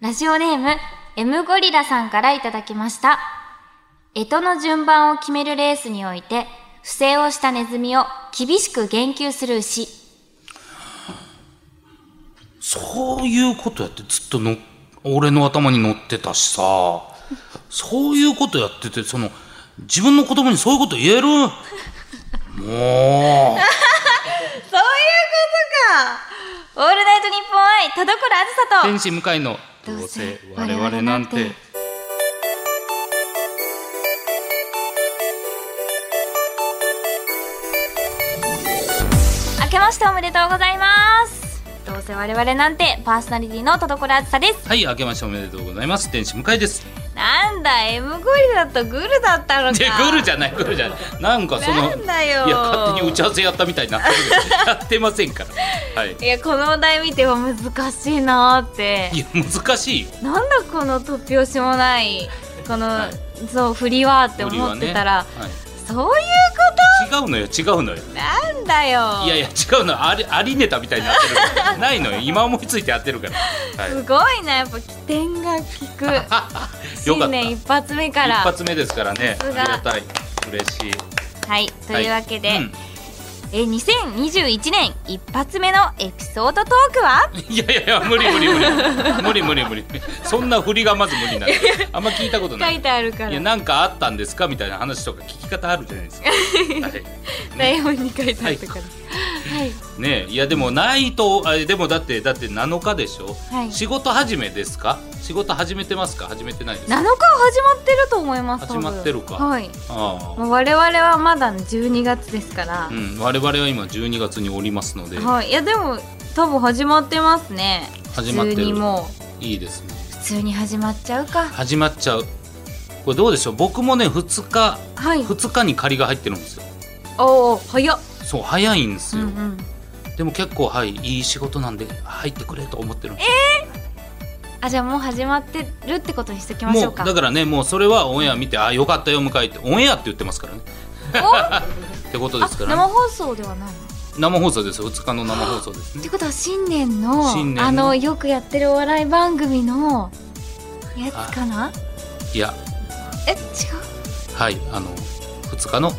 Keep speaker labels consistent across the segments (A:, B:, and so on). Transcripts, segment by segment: A: ラジオネーム、M ゴリラさんからいただきました。干支の順番を決めるレースにおいて、不正をしたネズミを厳しく言及する牛。
B: そういうことやってずっとの俺の頭に乗ってたしさそういうことやっててその自分の子供にそういうこと言えるもう
A: そういうことかオールナイトニッポン愛、田所あずさと
B: 天使向かいのどうせ我々なんて
A: 明けましておめでとうございますどうせ我々なんてパーソナリティの田所あずさです
B: はい明けましておめでとうございます天使向かいです
A: なんだ M ゴリラとグルだったのか
B: でグルじゃないグルじゃないなんかその
A: なんだよ
B: いや勝手に打ち合わせやったみたいになってるけどやってませんからはい
A: いやこのお題見ては難しいなーって
B: いや難しいよ
A: なんだこの突拍子もないこの、
B: は
A: そう振りはって思ってたら、
B: 振りはね
A: そういう
B: はい違うのよ違うのよ
A: ことなんだよ
B: いやいや違うのありありネタみたいになってるからないのよ今思いついてやってるから、 はい、
A: す
B: よ
A: ごいなやっぱ起点が効 く
B: か
A: 新
B: った
A: 年
B: 一
A: 一発目から
B: 発目ですからねあ
A: さす
B: り
A: が
B: がたい嬉しい
A: はいというわけで、
B: はいうん
A: え2021年一発目のエピソードトークは
B: いやいやいや無理無理無理 無理無理無理そんな振りがまず無理なんであんま聞いたことな
A: 書
B: い
A: いてあるから
B: いやなんかあったんですかみたいな話とか聞き方あるじゃないですか、 はい
A: 台本に書いてあったから、はい、
B: ねえいやでもないとあでもだってだって7日でしょ、
A: はい
B: 仕事始めですか仕事始めてますか始めてないです
A: 7日は
B: か
A: 始まってると思います多分
B: 始まってるか
A: はい
B: あ
A: もう我々はまだ12月ですから
B: あ、うん、我々は今12月におりますので、
A: はいいやでも多分始まってますね
B: 始まってる
A: 普通にも
B: いいですね
A: う普通に始まっちゃうか
B: 始まっちゃうこれどうでしょう僕もね2日
A: はい
B: 2日に仮が入ってるんですよ
A: おお早っ、
B: そう早いんです
A: うん
B: よ、
A: うん、
B: でも結構はいいい仕事なんで入ってくれと思ってるんです
A: あじゃあもう始まってるってことにしときましょ
B: も
A: う
B: う
A: か
B: だからねもうそれはオンエア見て、あよかったよ向井ってオンエアって言ってますからね ってことですから、
A: あ
B: ね、
A: 生放送ではないの
B: 生放送です2日の生放送です
A: っ
B: ね
A: てことは新年の
B: 新年の
A: あのよくやってるお笑い番組のやつかない
B: や
A: え違う
B: はいあの2日の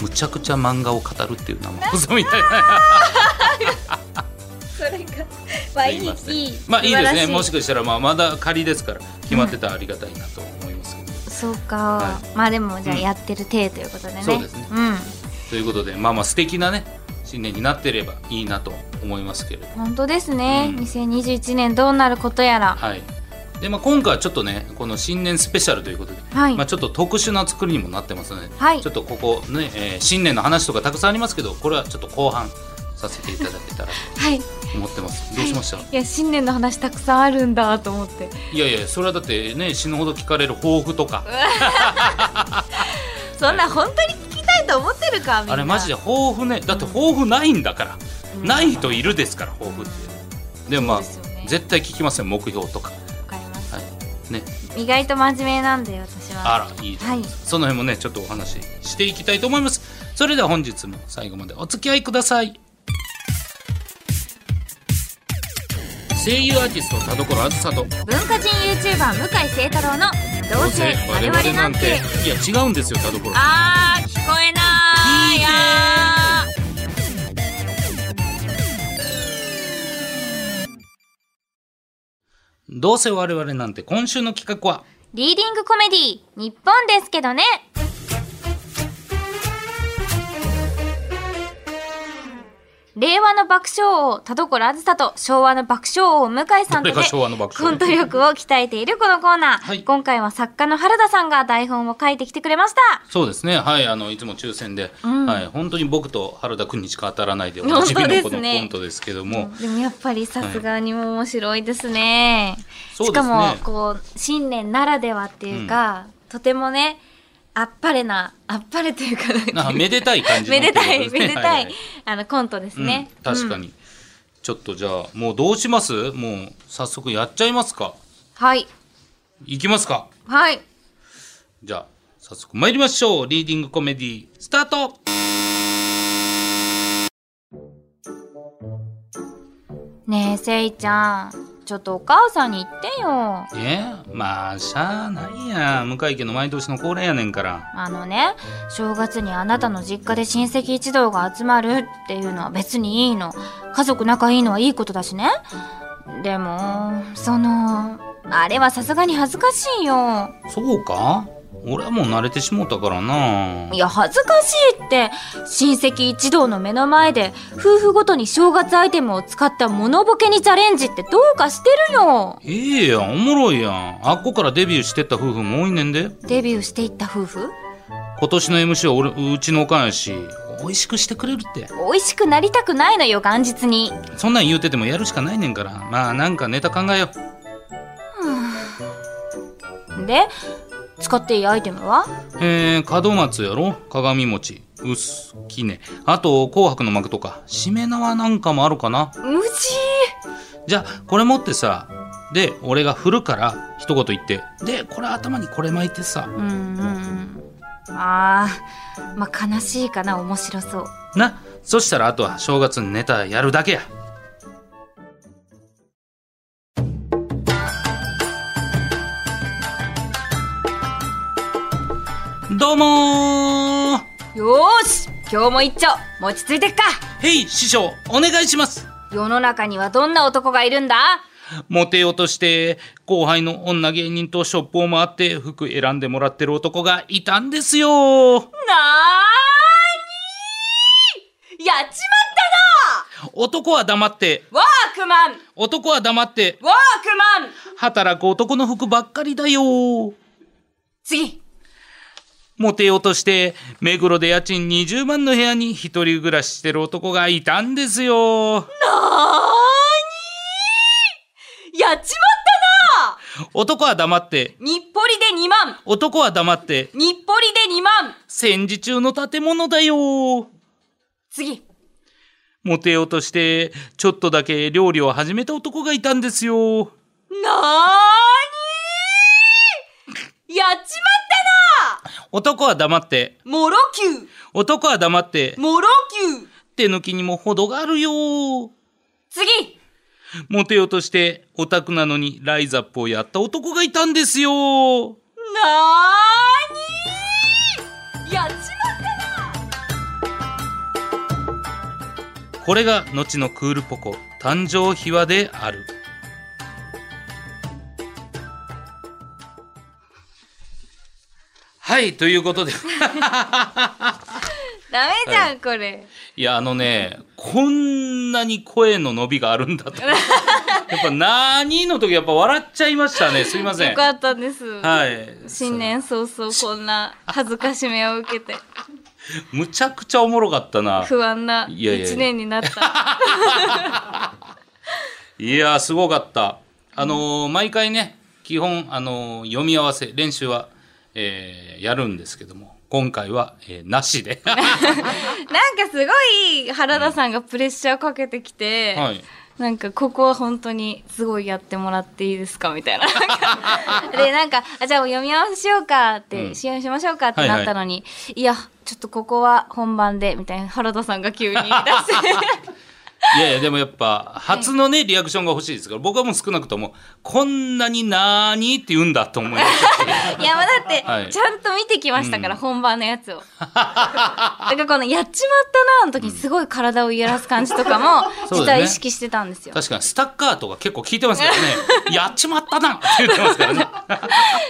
B: むちゃくちゃ漫画を語るっていう生放送みたいな
A: それがまあいいいい
B: まあいいですねもし
A: く
B: かしたらまあまだ仮ですから決まってたらありがたいなと思いますけど、
A: そうか、
B: は
A: まあでもじゃあ
B: うん
A: やってる体ということでね、
B: そうですね
A: うん
B: ということでまあまあ素敵なね新年になってればいいなと思いますけれど
A: 本当ですね、
B: うん
A: 2021年どうなることやら
B: はいでまあ今回はちょっとねこの新年スペシャルということで、
A: はい、
B: まあ、ちょっと特殊な作りにもなってますので、
A: はい
B: ちょっとここね、えー新年の話とかたくさんありますけどこれはちょっと後半させていただけたら
A: はいい
B: と思ってますどうしました、
A: や新年の話たくさんあるんだと思って
B: い、やいやそれはだってね死ぬほど聞かれる抱負とか
A: そんな本当に聞きたいと思ってるかみんな
B: あれマジで抱負ねだって抱負ないんだから、
A: うん
B: ない人いるですから抱負ってでもまあ
A: そうですよね
B: 絶対聞きません目標とか
A: わかります、
B: はいね
A: 意外と真面目なんだよ私は
B: あらいいじゃん、
A: はい
B: その辺もねちょっとお話ししていきたいと思いますそれでは本日も最後までお付き合いください声優アーティスト田所あずさと
A: 文化人 YouTuber 向井聖太郎の「どうせ我々なんて
B: いや違うんですよ田所」
A: あー聞こえないや
B: どうせ我々なんて今週の企画は
A: ーリーディングコメディ日本ですけどね令和の爆笑王田所あずさと昭和の爆笑王向井さんと
B: どれが
A: で
B: 昭和の爆
A: コ
B: 笑
A: ント力を鍛えているこのコーナー、
B: はい
A: 今回は作家の原田さんが台本を書いてきてくれました
B: そうですねはいあのいつも抽選で、
A: うん
B: はい本当に僕と原田君にしか当たらないでおなじみの
A: 本当で
B: こ
A: す
B: の
A: ね
B: コントですけども、
A: でもやっぱりさすがにも面白いですね。
B: そう
A: し
B: で
A: か
B: すね
A: もこう新年ならではっていうか、とてもねあっぱれなあっぱれというかなん
B: な
A: か
B: んかめでたい感じの
A: めでた
B: と
A: い、
B: うこと
A: め
B: すね
A: でたい、
B: はは
A: あのコントですね。
B: うん確か
A: うん
B: に、ちょっとじゃあもうどうしますもう早速やっちゃいますか
A: はい
B: いきますか
A: はい
B: じゃあ早速参りましょうリーディングコメディスタート
A: ねえせいちゃんちょっとお母さんに言ってよ。
B: えまあしゃあないや向井家の毎年の恒例やねんから
A: あのね、正月にあなたの実家で親戚一同が集まるっていうのは別にいいの。家族仲いいのはいいことだしね。でも、その、あれはさすがに恥ずかしいよ。
B: そうか俺はもう慣れてしもうたからない
A: や、恥ずかしいって、親戚一同の目の前で、夫婦ごとに正月アイテムを使ったモノボケにチャレンジってどうかしてるよ。
B: ええやんおもろいやんあっこからデビューしてった夫婦も多いねんで
A: デビューしていった夫婦
B: 今年の MC は俺うちのおかんやし美味しくしてくれるって
A: 美味しくなりたくないのよ、元日に。
B: そんなん言うててもやるしかないねんからまあなんかネタ考えよう
A: で、使っていいアイテムは
B: えー、門松やろ鏡餅薄杵あと紅白の幕とかしめ縄なんかもあるかな
A: 無事
B: じゃあこれ持ってさで俺が振るから一言言ってでこれ頭にこれ巻いてさ
A: うんうんうん。あー、まあ、悲しいかな、面白そう。
B: なそしたらあとは正月にネタやるだけやどうもー
A: よーし今日も一丁落ち着いてっか
B: へい師匠お願いします
A: 世の中にはどんな男がいるんだ
B: モテようとして後輩の女芸人とショップを回って服選んでもらってる男がいたんですよ
A: なーにーやっちまった
B: 男は黙って
A: なワークマン
B: 男は黙って
A: ワークマン
B: 働く男の服ばっかりだよ
A: 次
B: モテようとして、目黒で家賃20万の部屋に一人暮らししてる男がいたんです
A: な
B: よ。
A: ーにーやっちまったな
B: 男は黙って、
A: 日暮里で2万
B: 男は黙って、
A: 日暮里で2万
B: 戦時中の建物だよ。
A: 次
B: モテようとして、ちょっとだけ料理を始めた男がいたんです
A: なー
B: よ。
A: にーやっちまったな
B: 男は黙って、
A: もろきゅう
B: 男は黙って、
A: もろきゅう
B: 手抜きにも程があるよ。
A: 次
B: モテようとして、オタクなのにライザップをやった男がいたんですよ。
A: なーにーやっちまったな
B: これが後のクールポコ誕生秘話であるはいということで
A: ダメじゃん、これ
B: いやあのねこんなに声の伸びがあるんだとやっぱ「何?」の時やっぱ笑っちゃいましたねすいませ
A: よ
B: ん
A: かったです、
B: はい
A: 新年早々こんな恥ずかしめを受けて
B: むちゃくちゃおもろかったな
A: 不安ない
B: やいやいや
A: 一年にな った
B: いやーすごかったあのー毎回ね基本、あのー読み合わせ練習は、えーやるんですけども今回は、えーなしで
A: なんかすごい原田さんがプレッシャーかけてきて、
B: はい
A: なんかここは本当にすごいやってもらっていいですかみ たいなでなんかあじゃあ読み合わせしようかって、
B: うん
A: 試合しましょうかってなったのに、いやちょっとここは本番でみたいな原田さんが急に言い出して
B: いやいやでもやっぱ初のねリアクションが欲しいですから僕はもう少なくともこんなに「なーに?」って言うんだと思いましたし
A: いやまあだって、
B: はい
A: ちゃんと見てきましたから、本番のやつ をだからこの「やっちまったな」の時にすごい体を揺らす感じとかも、
B: そう
A: 実
B: だ
A: は
B: ね
A: 意識してたんですよ
B: 確かにスタッカートが結構効いてますからね「やっちまったな!」って言ってますからね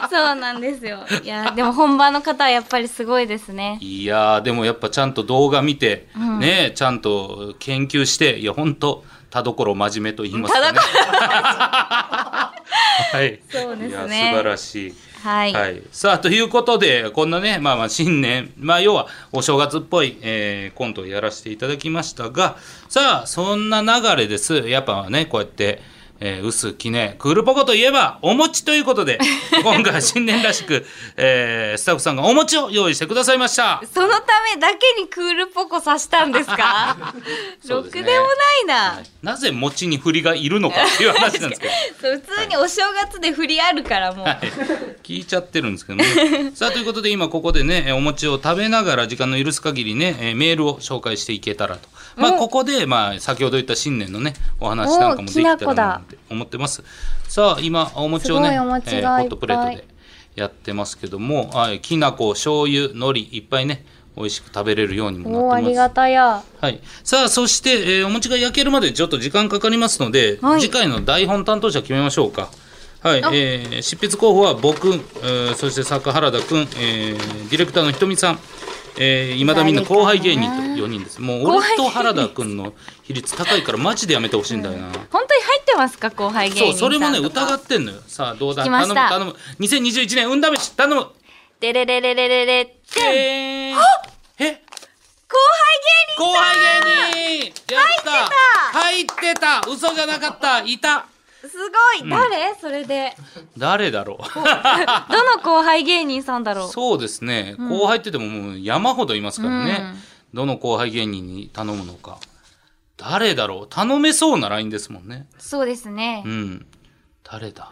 A: そうなんですよいやでも本番の方はやっぱりすごいですね
B: いやーでもやっぱちゃんと動画見て、ねちゃんと研究していやほんと田所真面目と言いま すかね。はい、
A: そうですね
B: いや素晴らしい。
A: はい、
B: はい、さあということでこんなねまあまあ新年まあ要はお正月っぽい、えーコントをやらせていただきましたがさあそんな流れですやっぱねこうやって。えー、薄きねクールポコといえばお餅というこ とで今回は新年らしく、えースタッフさんがお餅を用意してくださいました
A: そのためだけにクールポコさしたんですか
B: そ
A: ろ
B: う
A: く
B: です
A: で
B: ね
A: もないな、
B: なぜ餅に振りがいるのかっていう話なんですけど
A: そう普通にお正月で振りあるからもう、
B: 聞いちゃってるんですけど ね。さあということで今ここでねえーお餅を食べながら時間の許す限りねえーメールを紹介していけたらと。まあここでまあ先ほど言った新年のねお話なんかもできたらなのって思ってますさあ今お餅を
A: すご
B: ね
A: いお餅が
B: ホットプレー
A: いっ
B: トでやってますけどもはいきなこ醤油海苔いっぱいね美味しく食べれるようにも
A: おーあ
B: なって
A: り
B: ます
A: がたや
B: はい、さあそして、えーお餅が焼けるまでちょっと時間かかりますので、
C: はい
B: 次回の台本担当者決めましょうか、はいえー執筆候補は僕、えーそして作家原田君、えーディレクターのひとみさん、えー、今田みんな後輩芸人と4人ですもう
C: 後
B: 俺
C: 輩芸
B: と
C: 人
B: 原田君の比率高いからマジでやめてほしいんだよな、
C: 本当に入ってますか後輩芸人さ
B: そ
C: ん
B: うそれもね
C: とか
B: 疑ってんのよさあどうだ
C: 聞きまし
B: 頼む
C: た
B: 頼む2021年運試し頼む
C: でれれれれれれって
B: え
C: 後
B: ーえ
C: 輩
B: 後輩芸人やった入ってた嘘じゃなかったいた
C: 芸人すごい誰それで
B: 誰だろ
C: どの後輩芸人さんだろう
B: うそうですね、後輩って言ってももう山ほどいますからね、どの後輩芸人に頼むのか誰だろう頼めそうなラインですもんね
C: そうですね
B: うん誰だ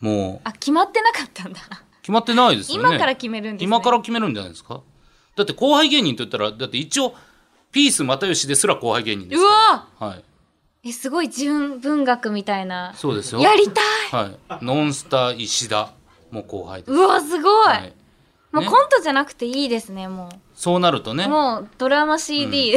B: もう
C: あ決まってなかったんだ
B: 決まってないですよね
C: 今から決めるんですね
B: 今から決めるんじゃないですかだって後輩芸人と言ったらだって一応ピース又吉ですら後輩芸人です
C: う
B: か
C: わ
B: らはい
C: えすごい純文学みたいな
B: そうですよ
C: やりたい
B: はい、ノンスター石田も後輩です。
C: うわすごい、
B: はい、
C: もう
B: ね
C: コントじゃなくていいですねも
B: そうなるとね
C: う、もうドラマ CD、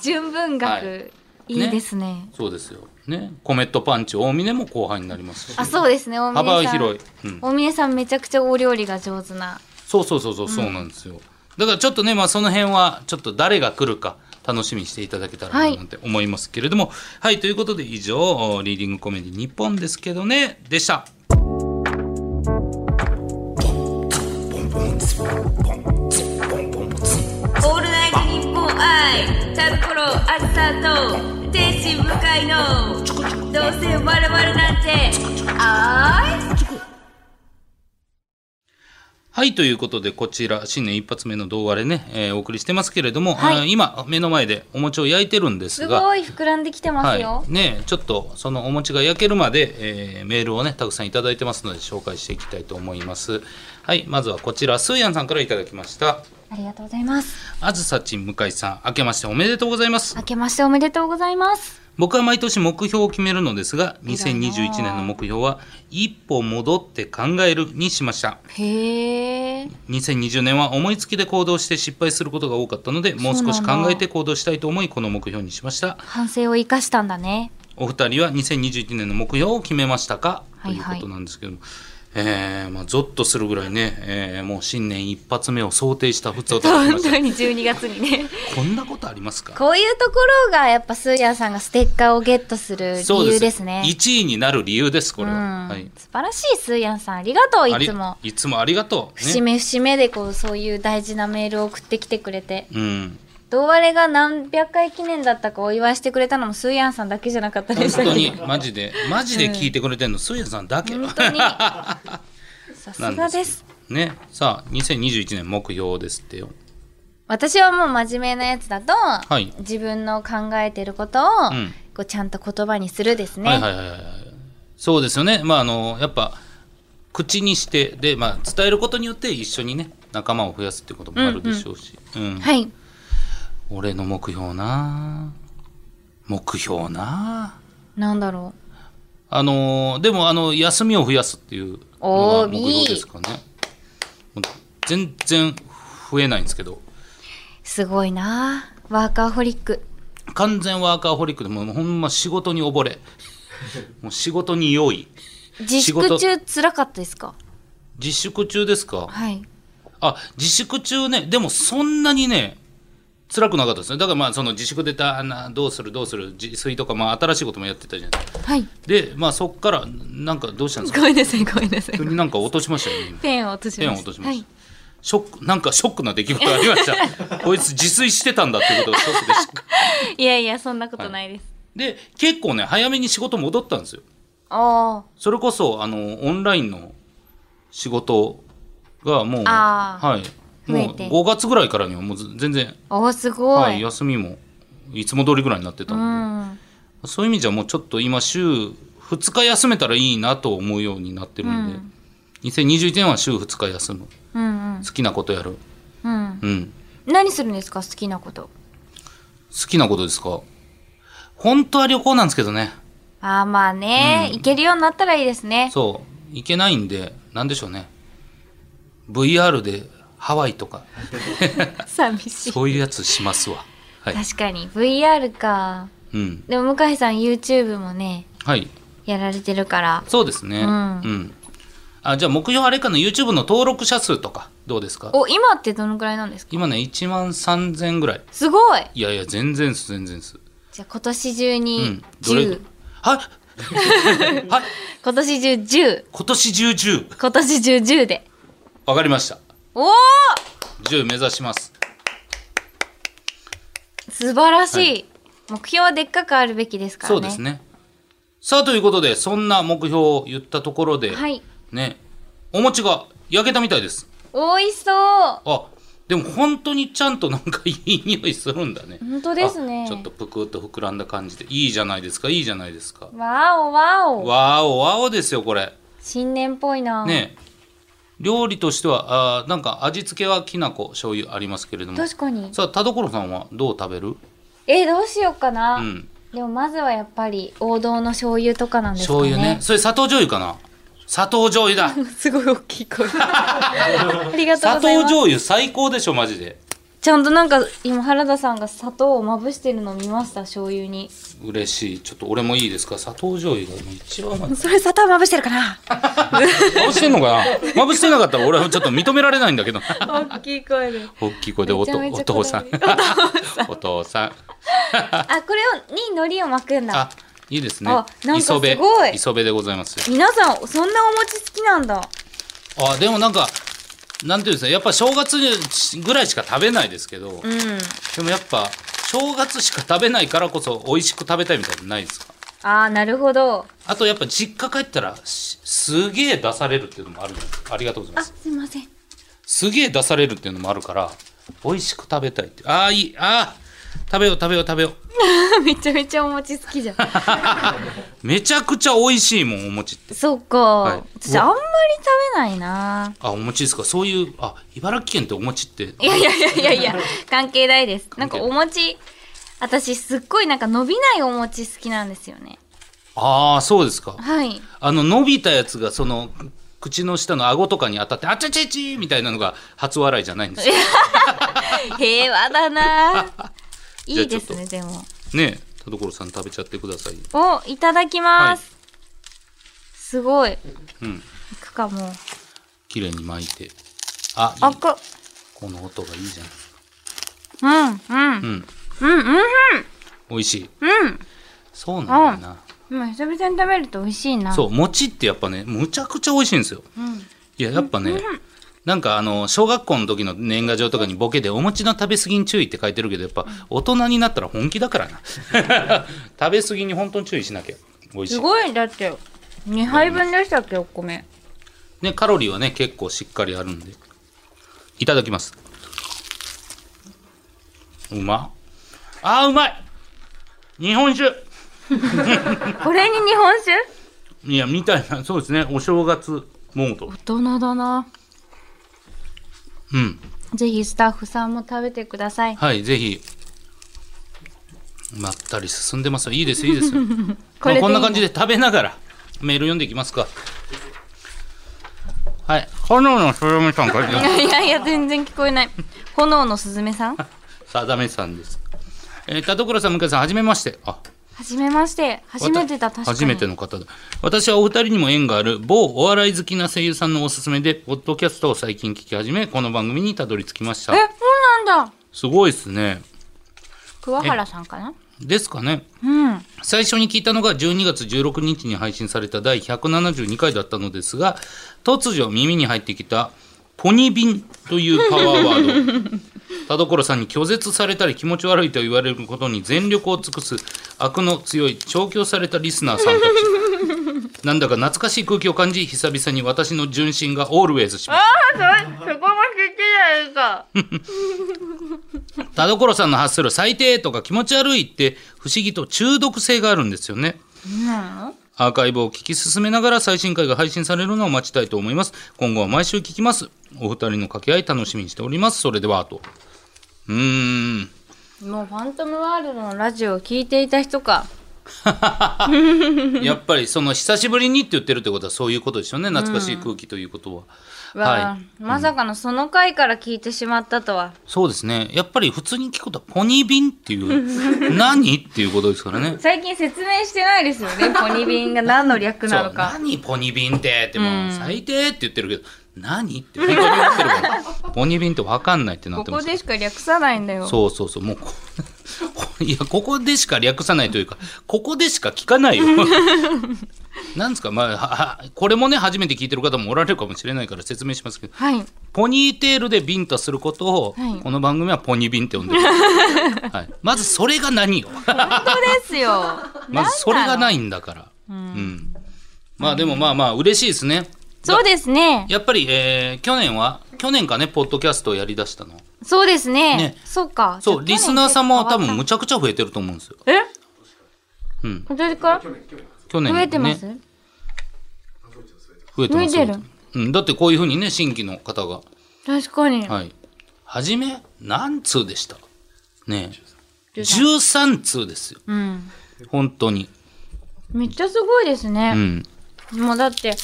C: 純文学、
B: はい
C: い、い
B: ね
C: ですね
B: そうですよ。ね、コメットパンチ大峰も後輩になりますし
C: あそうですね大峰さん
B: 幅広い、うん。
C: 大峰さんめちゃくちゃお料理が上手な
B: そうそうそうそうそうなんですよ。だからちょっとね、まあその辺はちょっと誰が来るか楽しみにしていただけたら
C: は
B: ないなんて思いますけれども、はい、ということで以上リーディングコメディ日本ですけどねでした。
D: オールナイトニッポン愛タルコロアスタート天使向かいのどうせ我々なんてあーい
B: はい、ということで、こちら、新年一発目の動画でね、えーお送りしてますけれども、
C: はい
B: あー今、目の前でお餅を焼いてるんです
C: す
B: が、
C: ごい膨らんできてますよ、
B: はい、ねえちょっとそのお餅が焼けるまで、えーメールをねたくさんいただいてますので紹介していきたいと思いますはいまずはこちらスーヤンさんからいただきました
C: ありがとうございます
B: あずさちん向井さん明けましておめでとうございます
C: 明けましておめでとうございます
B: 僕は毎年目標を決めるのですが2021年の目標は一歩戻って考えるにしました
C: へえ
B: 2020年は思いつきで行動して失敗することが多かったのでもう少し考えて行動したいと思いこの目標にしました
C: 反省を生かしたんだね
B: お二人は2021年の目標を決めましたか、
C: はいはい
B: ということなんですけども、えーまあ、ゾッとするぐらいね、えーもう新年一発目を想定した普通を出しま
C: 本
B: した
C: 当に12月にね
B: こんなことありますか
A: こういうところがやっぱスーヤさんがステッカーをゲットする理
B: そう
A: 由ですね
B: 1位になる理由ですこれ
A: うん
B: は、はい、
A: 素晴らしいスーヤンさんありがとう
B: あ
A: い
B: り
A: つも
B: いつもありがとう、ね
A: 節目節目でこうそういう大事なメールを送ってきてくれて
B: うん、
A: どうあれが何百回記念だったかお祝いしてくれたのもスーヤンさんだけじゃなかったで
B: 本
A: した
B: 当
A: け
B: にマジでマジで聞いてくれてるの、スーヤさんだけ
A: ど本 当にさす
B: なん
A: がです
B: ねさあ2021年目標ですってよ
A: 私はもう真面目なやつだと、
B: い
A: 自分の考えてることを、
B: ん
A: こうちゃんと言葉にするですね、
B: はいはいはいはいそうですよねまああのやっぱ口にしてで、まあ、伝えることによって一緒にね仲間を増やすってこともあるでしょうし、うん
A: はい
B: 俺の目標な目標な
A: なんだろ
B: あのでもあの休みを増やすっていうの
A: おー
B: が目標ですかねもう全然増えないんですけど
A: うすごいなあワーカーホリック
B: 完全ワーカーホリックでもうほんま仕事に溺 れもう仕事に良い
A: 自
B: 仕事
A: 粛中つらかったですか
B: 自粛中ですか
A: はい
B: あ自粛中ねでもそんなにね辛くなかったですねだからまあその自粛出たなどうするどうする自炊とか、まあ、新しいこともやってたじゃないですか
A: はい
B: でまあそっからなんかどうしたんで す
A: ご
B: か
A: めんなさいごめんなさい
B: 急になんか落としましたよね今
A: ペンを落とし
B: ペン
A: ま
B: を
A: した
B: 落としました、ショックなんかショックな出来事ありまし たこいつ自炊してたんだっていうことがショックでした
A: はい、いやいやそんなことないです、
B: で結構ね早めに仕事戻ったんですよ
A: ああ
B: それこそあのオンラインの仕事がもう
A: あー
B: はいもう
A: 増えて
B: 5月ぐらいからにはもう全然
A: おーすごい、
B: はい、休みもいつも通りぐらいになってた
A: うん
B: で、
A: ん
B: そういう意味じゃもうちょっと今週2日休めたらいいなと思うようになってるんで、
A: うん
B: 2021年は週2日休む
A: うん
B: 好きなことやる、
A: うんうん
B: うん、
A: 何するんですか好きなこと
B: 好きなことですか本当は旅行なんですけどね
A: あーまあね、
B: うん
A: 行けるようになったらいいですね。
B: そう行けないんでなんでしょうね VR でハワイとか
A: 寂しい。
B: そういうやつしま すわはい、
A: 確かに VR か。
B: うん
A: でも向井さん YouTube もね、
B: はい、
A: やられてるから。
B: そうですねう、
A: うんん
B: あじゃあ目標あれかな YouTube の登録者数とかどうですか
A: お、今ってどのくらいなんですか
B: 今ね1万3000ぐらい
A: すごい
B: いやいや全然っす全然っす
A: じゃあ今年中
B: う
A: に
B: んどれ
A: 10。
B: はい はい
A: 今年中10。
B: 今年中10
A: 今年中10で。
B: わかりました
A: おお
B: 10目指します
A: 素晴らしい、
B: はい
A: 目標はでっかくあるべきですからね。
B: そうですねさあということでそんな目標を言ったところで、
A: はい。
B: ねお餅が焼けたみたいです
A: 美味しそう
B: あでも本当にちゃんとなんかいい匂いするんだね
A: 本当ですね
B: あちょっとぷくっと膨らんだ感じでいいじゃないですかいいじゃないですか
A: わおわお
B: わおわおですよこれ
A: 新年っぽいな、
B: ね料理としてはあーなんか味付けはきな粉醤油ありますけれども
A: 確かに
B: さあ田所さんはどう食べる
A: えどうしようかな、
B: うん
A: でもまずはやっぱり王道の醤油とかなんですかね
B: 醤油ねそれ砂糖醤油かな砂糖醤油だ
A: すごい大きい 声ありがとう
B: 砂
A: ご
B: 糖
A: ざいます
B: 醤油最高でしょマジで
A: ちゃんとなんか今原田さんが砂糖をまぶしてるのを見ました醤油に
B: 嬉しいちょっと俺もいいですか砂糖醤油がもう一番うまい
A: それ砂糖まぶしてるかな
B: まぶしてん のかなまぶしてなかったら俺はちょっと認められないんだけど
A: 大きい声で
B: 大きい声でおと
A: めちゃめ
B: お
A: ちゃこだ
B: 父さ
A: わ
B: ん
A: り
B: お父さん
A: あこれをに海苔を巻くんだ
B: あいいですね
A: あなんか
B: 磯辺
A: すごい
B: 磯辺でございます
A: 皆さんそんなお餅好きなんだ
B: あでもなんかなんていうんですかやっぱ正月ぐらいしか食べないですけど、
A: うん
B: でもやっぱ正月しか食べないからこそ美味しく食べたいみたいなのないですか
A: あーなるほど
B: あとやっぱ実家帰ったらしすげえ出されるっていうのもあるじゃないですかありがとうございま
A: あ
B: す
A: すいません
B: すげえ出されるっていうのもあるから美味しく食べたいってああいいあー食べよう食べよう食べよう
A: めちゃめちゃお餅好きじゃん。
B: めちゃくちゃ美味しいもんお餅って
A: そっか、
B: い
A: 私あんまり食べないな。
B: あお餅ですかそういうあ茨城県ってお餅って
A: いやいやいやいやい や、関係ないです。なんかお餅、私すっごいなんか伸びないお餅好きなんですよね。
B: ああそうですか
A: はい。
B: あの伸びたやつがその口の下の顎とかに当たってあちゃちゃちみたいなのが初笑いじゃないんですよ
A: 平和だな。いいです
B: じゃ
A: ね、でも。
B: ねえ田所さん食べちゃってください
A: お、いただきます。すごい。い
B: うん
A: くかもう。
B: 綺麗に巻いてあい
A: あ
B: い
A: く。
B: この音がいいじゃないですか
A: うん、うん。
B: うん
A: うん、うん、
B: 美味しい
A: うん。
B: そうなんだよな、
A: うん、久々に食べると美味しいな。
B: そう餅ってやっぱねむちゃくちゃ美味しいんですよ、いややっぱね、なんかあの小学校の時の年賀状とかにボケで「お餅の食べ過ぎに注意」って書いてるけどやっぱ大人になったら本気だからな 食べ過ぎに本当に注意しなきゃ美味し
A: す
B: い、
A: ごい、だって、2杯分でしたっけ、お米。
B: ね、カロリーはね結構しっかりあるんでいただきますうまあーうまい日本酒
A: これに日本酒
B: いやみたいなそうですねお正月モード
A: 大人だな
B: うん
A: ぜひスタッフさんも食べてください
B: はい、ぜひ。まったり進んでますよ。いいですよ、い いですよ。
A: これでいいの
B: まあこんな感じで食べながらメール読んでいきますか。はい。炎のすずめさんからいた だきま
A: い
B: す。
A: やいやいや全然聞こえない炎のすずめさんは
B: さだめさんです。えー、田所さん、向井さん、はじめまして。あ、
A: じめまして初めてだ
B: わた
A: 確かに
B: 初めての方だ私はお二人にも縁がある某お笑い好きな声優さんのおすすめでポッドキャストを最近聞き始めこの番組にたどり着きまし
A: え
B: た
A: そうなんだ
B: すごいですね
A: 桑原さんかな
B: ですかね
A: うん
B: 最初に聞いたのが12月16日に配信された第172回だったのですが突如耳に入ってきた「ポニビン」というパワーワード田所さんに拒絶されたり気持ち悪いと言われることに全力を尽くす悪の強い調教されたリスナーさんたちなんだか懐かしい空気を感じ久々に私の純真がオールウェイズしました
A: そこも聞いてないか
B: 田所さんの発する「最低」とか「気持ち悪い」って不思議と中毒性があるんですよねアーカイブを聞き進めながら最新回が配信されるのを待ちたいと思います。今後は毎週聞きます。お二人の掛け合い楽しみにしております。それでは、と。うーん。
A: もうファントムワールドのラジオを聞いていた人か
B: やっぱりその久しぶりにって言ってるってことはそういうことでしょうね懐かしい空気ということは、
A: わあ、
B: はい
A: まさかのその回から聞いてしまったとは。
B: そうですねやっぱり普通に聞くことはポニビンってい う何っていうことですからね
A: 最近説明してないですよね、 ポニビンが何の略なの
B: そ
A: か
B: う。何ポニビンってってもう最低って言ってるけど、何って本当に言ってる からポニビンって分かんないってなっ
A: こ
B: てま
A: こ
B: す
A: でしか略さないんだよ。
B: そうそうそう、もうこ、 いや、ここでしか略さないというか、ここでしか聞かな いよ。なんですか、まあは、はこれもね、初めて聞いてる方もおられるかもしれないから説明しますけど、
A: はい。
B: ポニーテールでビンタすることを、
A: はい
B: この番組はポニビンっ て呼んでる。はい、まずそれが何よ。
A: そうですよ。。
B: まずそれがないいんだから。うん。まあでもまあまあ、嬉しいですね。
A: そうですね。
B: やっぱり、えー去年は、去年かね、ポッドキャストをやりだしたの。
A: そうですね。
B: ね
A: そうか。
B: そう、リスナーさんも多分む
A: ち
B: ちゃくちゃ増えてると思うんですよ。
A: ゃ。え
B: うん。
A: 今年から
B: 去年、
A: 増
B: ね、
A: えてます、
B: 増えてます
A: 増えてる
B: うん、だってこういうふうにね新規の方が
A: 確かに。
B: はい初め何通でしたねえ13通ですよ
A: うん。
B: 本当に
A: めっちゃすごいです
B: う
A: ね。
B: ん
A: もうだって、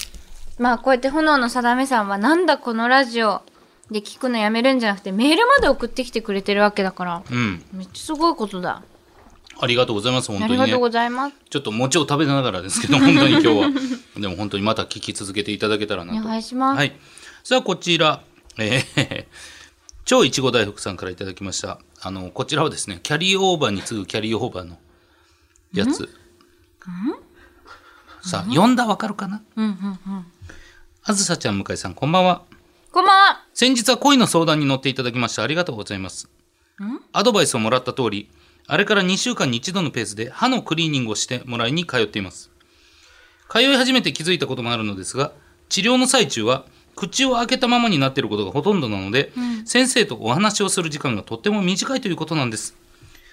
A: まあこうやって炎の定めさんはなんだこのラジオで聞くのやめるんじゃなくてメールまで送ってきてくれてるわけだから。
B: うん
A: めっちゃすごいことだ。
B: ありがとうございます本
A: あ
B: 当
A: り
B: に
A: が
B: ね
A: とうございます。
B: ちょっと餅を食べながらですけど本当に今日は でも本当にまた聞き続けていただけたらな
A: お
B: と
A: 願いします。
B: はい。さあ、こちら、えー 超いちご大福さんからいただきました。あの、こちらはですね、キャリーオーバーに次ぐキャリーオーバーのやつ。さあ、読んだわかるかな
A: うんうんうん。
B: あずさちゃん、向井さん、こんばんは。
A: こんばんは。
B: 先日は恋の相談に乗っていただきましてありがとうございます。アドバイスをもらった通り、あれから2週間に1度のペースで歯のクリーニングをしてもらいに通っています。通い始めて気づいたこともあるのですが、治療の最中は口を開けたままになっていることがほとんどなので、先生とお話をする時間がとっても短いということなんです。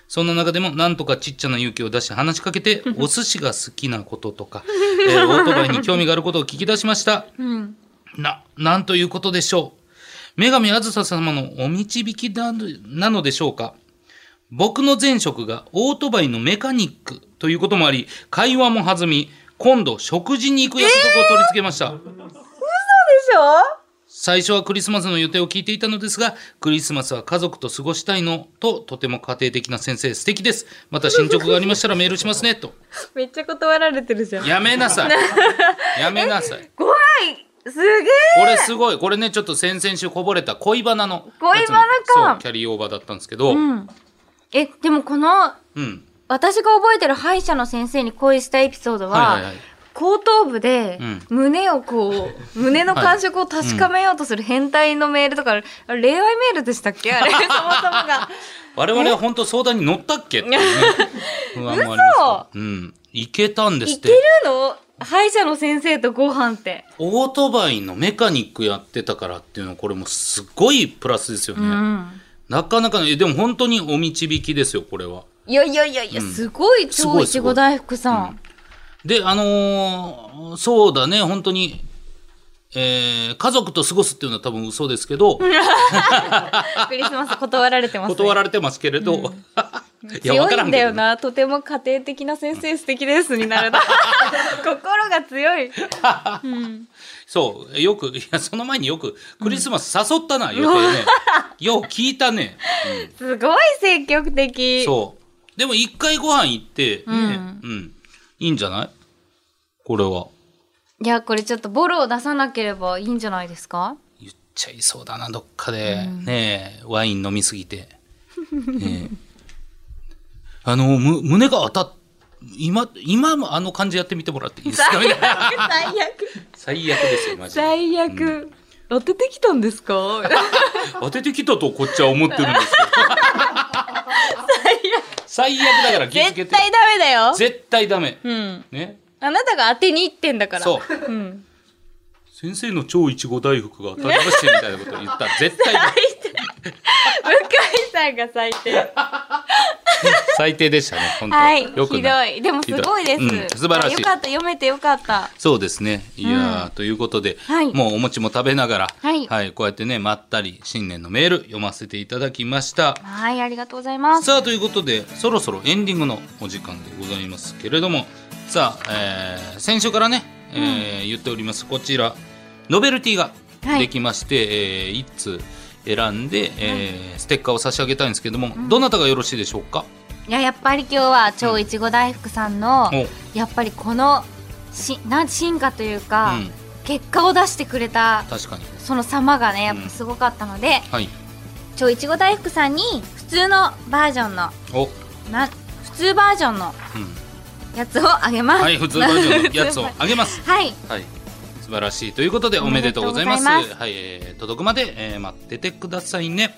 B: そんな中でもなんとかちっちゃな勇気を出して話しかけて、お寿司が好きなこととか、えーオートバイに興味があることを聞き出しました。な、なんということでしょう。女神あずさ様のお導きなのなのでしょうか。僕の前職がオートバイのメカニックということもあり、会話も弾み、今度食事に行く約束を取り付けました。最初はクリスマスの予定を聞いていたのですが、クリスマスは家族と過ごしたいのと、とても家庭的な先生素敵です。また進捗がありましたらメールしますね、と。
A: めっちゃ断られてるじゃん。
B: やめ なさい。やめなさい。
A: 怖いすげえ
B: これすごい。これね、ちょっと先々週こぼれた恋バナの。
A: 恋バナか
B: そう、キャリーオーバーだったんですけど。
A: う
B: う。
A: んん。え、でもこの、私が覚えてる歯医者の先生に恋したエピソードは、
B: はいはいはい。
A: 後頭部で
B: うん
A: 胸をこう、胸の感触を確かめようとする変態のメールとか、あれ恋愛メールでしたっけ あれ、そもそもが。
B: 我々は本当相談に乗ったっけっていう ね。不安もありますからうん。いけたんです
A: い
B: っ
A: ける
B: て。
A: の歯医者の先生とご飯って。
B: オートバイのメカニックやってたからっていうのはこれもすごいプラスですよね。
A: うん。
B: なかなかね、でも本当にお導きですよ、これは。
A: いやいやいやいや、
B: うん
A: すごい
B: すご
A: 超
B: い
A: いちご大福さん。
B: で、あのーそうだね、本当に、えー家族と過ごすっていうのは多分嘘ですけど、
A: クリスマス断られてます、ね。
B: 断られてますけれど、 いや、
A: 強
B: わから
A: い
B: ん
A: んだ
B: け
A: よ
B: どね、
A: な、とても家庭的な先生素敵ですになる な心が強い
B: そう、よく、いや、その前によく、クリスマス誘ったな、よく ね。よう聞いたね。
A: すごい積極的
B: そう。でも一回ご飯行って、ねうんん、いいんじゃないこれは。
A: いやこれちょっとボロを出さなければいいんじゃないですか
B: 言っちゃいそうだな、どっかで。ねえ、ワイン飲みすぎて。ねえ あの、む、胸が当たっ、今、今もあの感じやってみてもらっていいですかみたいな
A: 最悪
B: 最悪ですよ、マジで。
A: 最悪、当ててきたんですか
B: 当ててきたとこっちは思ってるんです けど最悪だから気づけ
A: 絶対
B: て
A: ダメだよ
B: 絶対ダメ、
A: うん
B: ね
A: あなたが当てにいってんだから、
B: そう
A: ん、
B: 先生の超いちご大福が当たりましてみたい なことを言ったら絶対ダメ
A: 向井さんが最低
B: 最低でしたね本当、
A: はい、
B: よく
A: ひど
B: ない
A: い。でもすごいです。
B: ひどうん素晴らし
A: あ
B: い
A: よかった、読めてよかった。
B: そうですねいやー、ということで、
A: はい
B: もうお餅も食べながら、
A: はい
B: こうやってねまったり新年のメール読ませていただきました
A: はい、ありがとうございます。
B: さあということでそろそろエンディングのお時間でございますけれどもさあ、えー先週からね、えー言っておりますこちらノベルティができまして、え1通選んで、えーステッカーを差し上げたいんですけども、どなたがよろしいでしょうか
A: いや、やっぱり今日は超いちご大福さんの、
B: お
A: やっぱりこの、し、なん、進化というか、
B: うん
A: 結果を出してくれた、
B: 確かに
A: その様がね、やっ
B: うん
A: ぱすごかったので、
B: はい
A: 超いちご大福さんに、普通のバージョンの、
B: お、うん、
A: な、普通バージョンのやつをあげます。
B: はい 普通バージョンのやつをあげます
A: はい、
B: はい素晴らしいということでおめでとうございます
A: おめでとうござい
B: はい、えー届くまで、えー待っててくださいね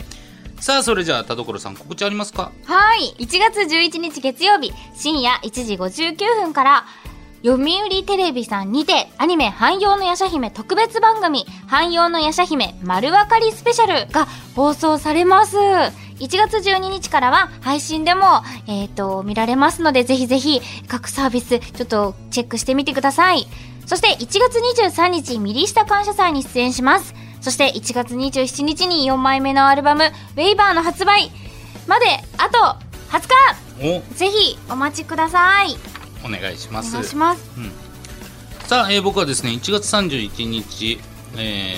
B: さあそれじゃあ田所さん告知ありますか
A: はい。1月11日月曜日、深夜1時59分から、読売テレビさんにて、アニメ、汎用のヤシャ姫特別番組、汎用のヤシャ姫丸わかりスペシャルが放送されます。1月12日からは配信でも、えっ、と、見られますので、ぜひぜひ各サービス、ちょっとチェックしてみてください。そして1月23日、ミリ下感謝祭に出演します。そして1月27日に4枚目のアルバム、ウェイバーの発売まで、あと20
B: お
A: 日ぜひお待ちください。
B: お願いしま
A: お
B: す
A: 願いします。
B: さあ、えー僕はですね1月31日、え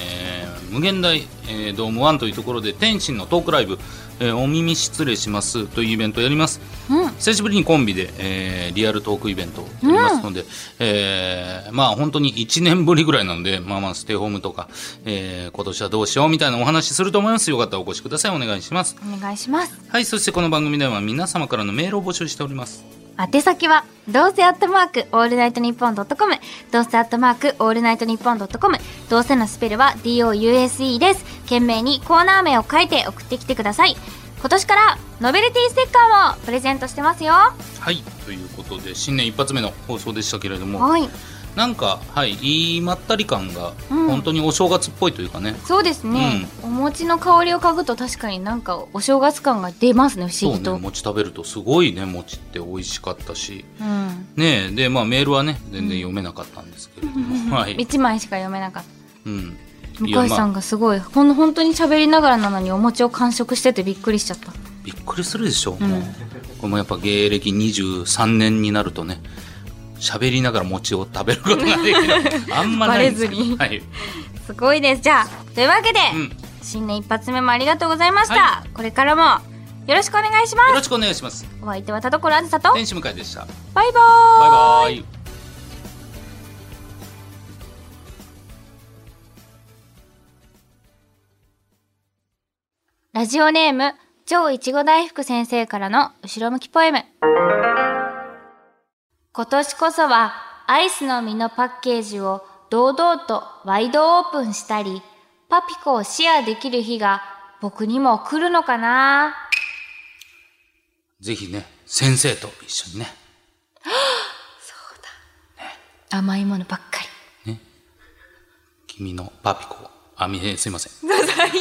B: ー無限大、えードーム1というところで天心のトークライブ、えーお耳失礼しますというイベントをやります
A: うん。
B: 久しぶりにコンビで、えーリアルトークイベントをやりますので、えーまあ本当に1年ぶりぐらいなので、まあまあステイホームとか、えー今年はどうしようみたいなお話しすると思います。よかったらお越しください。お願いします。
A: お願いします。
B: はい、そしてこの番組では皆様からのメールを募集しております。
A: 宛先は、どうせアットマーク、オールナイトニッポンドットコム、どうせアットマーク、オールナイトニッポンドットコム、どうせのスペルは DOUSE です。懸命にコーナー名を書いて送ってきてください。今年から、ノベルティステッカーもプレゼントしてますよ。は
B: はい、ということで新年一発目の放送でしたけれども、
A: い。
B: なんか、はい、いいまったり感が、
A: うん
B: 本当にお正月っぽいというかね。
A: そうですね、お餅の香りを嗅ぐと確かになんかお正月感が出ますね、不
B: そ
A: 思
B: う
A: 議
B: ね、
A: と。う
B: 餅食べるとすごいね、餅って美味しかったし。
A: ん。
B: ねえ、で、まあメールはね、全然読めなかったんですけれども。はい。
A: 一枚しか読めなかった。
B: うん。
A: 向
B: いや
A: 井さんがすごい、ほんの本当に喋りながらなのにお餅を完食しててびっくりしちゃった
B: まあびっくりするでしょ、
A: ん
B: もう。これもやっぱ芸歴23年になるとね、喋りながら餅を食べることが できる。あんまないんですけど
A: バレずに
B: はい。
A: すごいですじゃあというわけで、
B: うん。よ
A: 新年一発目もありがとうございました、
B: は
A: これからもよろしくお願いしま
B: ろしくお願いします。
A: すお相手は田所あずさと
B: 天使向井でした。
A: バイバー
B: バ
A: イ
B: イバイ。
A: ラジオネーム超いちご大福先生からの後ろ向きポエム今年こそはアイスの実のパッケージを堂々とワイドオープンしたりパピコをシェアできる日が僕にも来るのかな
B: ぜひね、先生と一緒にね。
A: 甘いものばっかり
B: 君のパピコをあみえすいません
A: 最低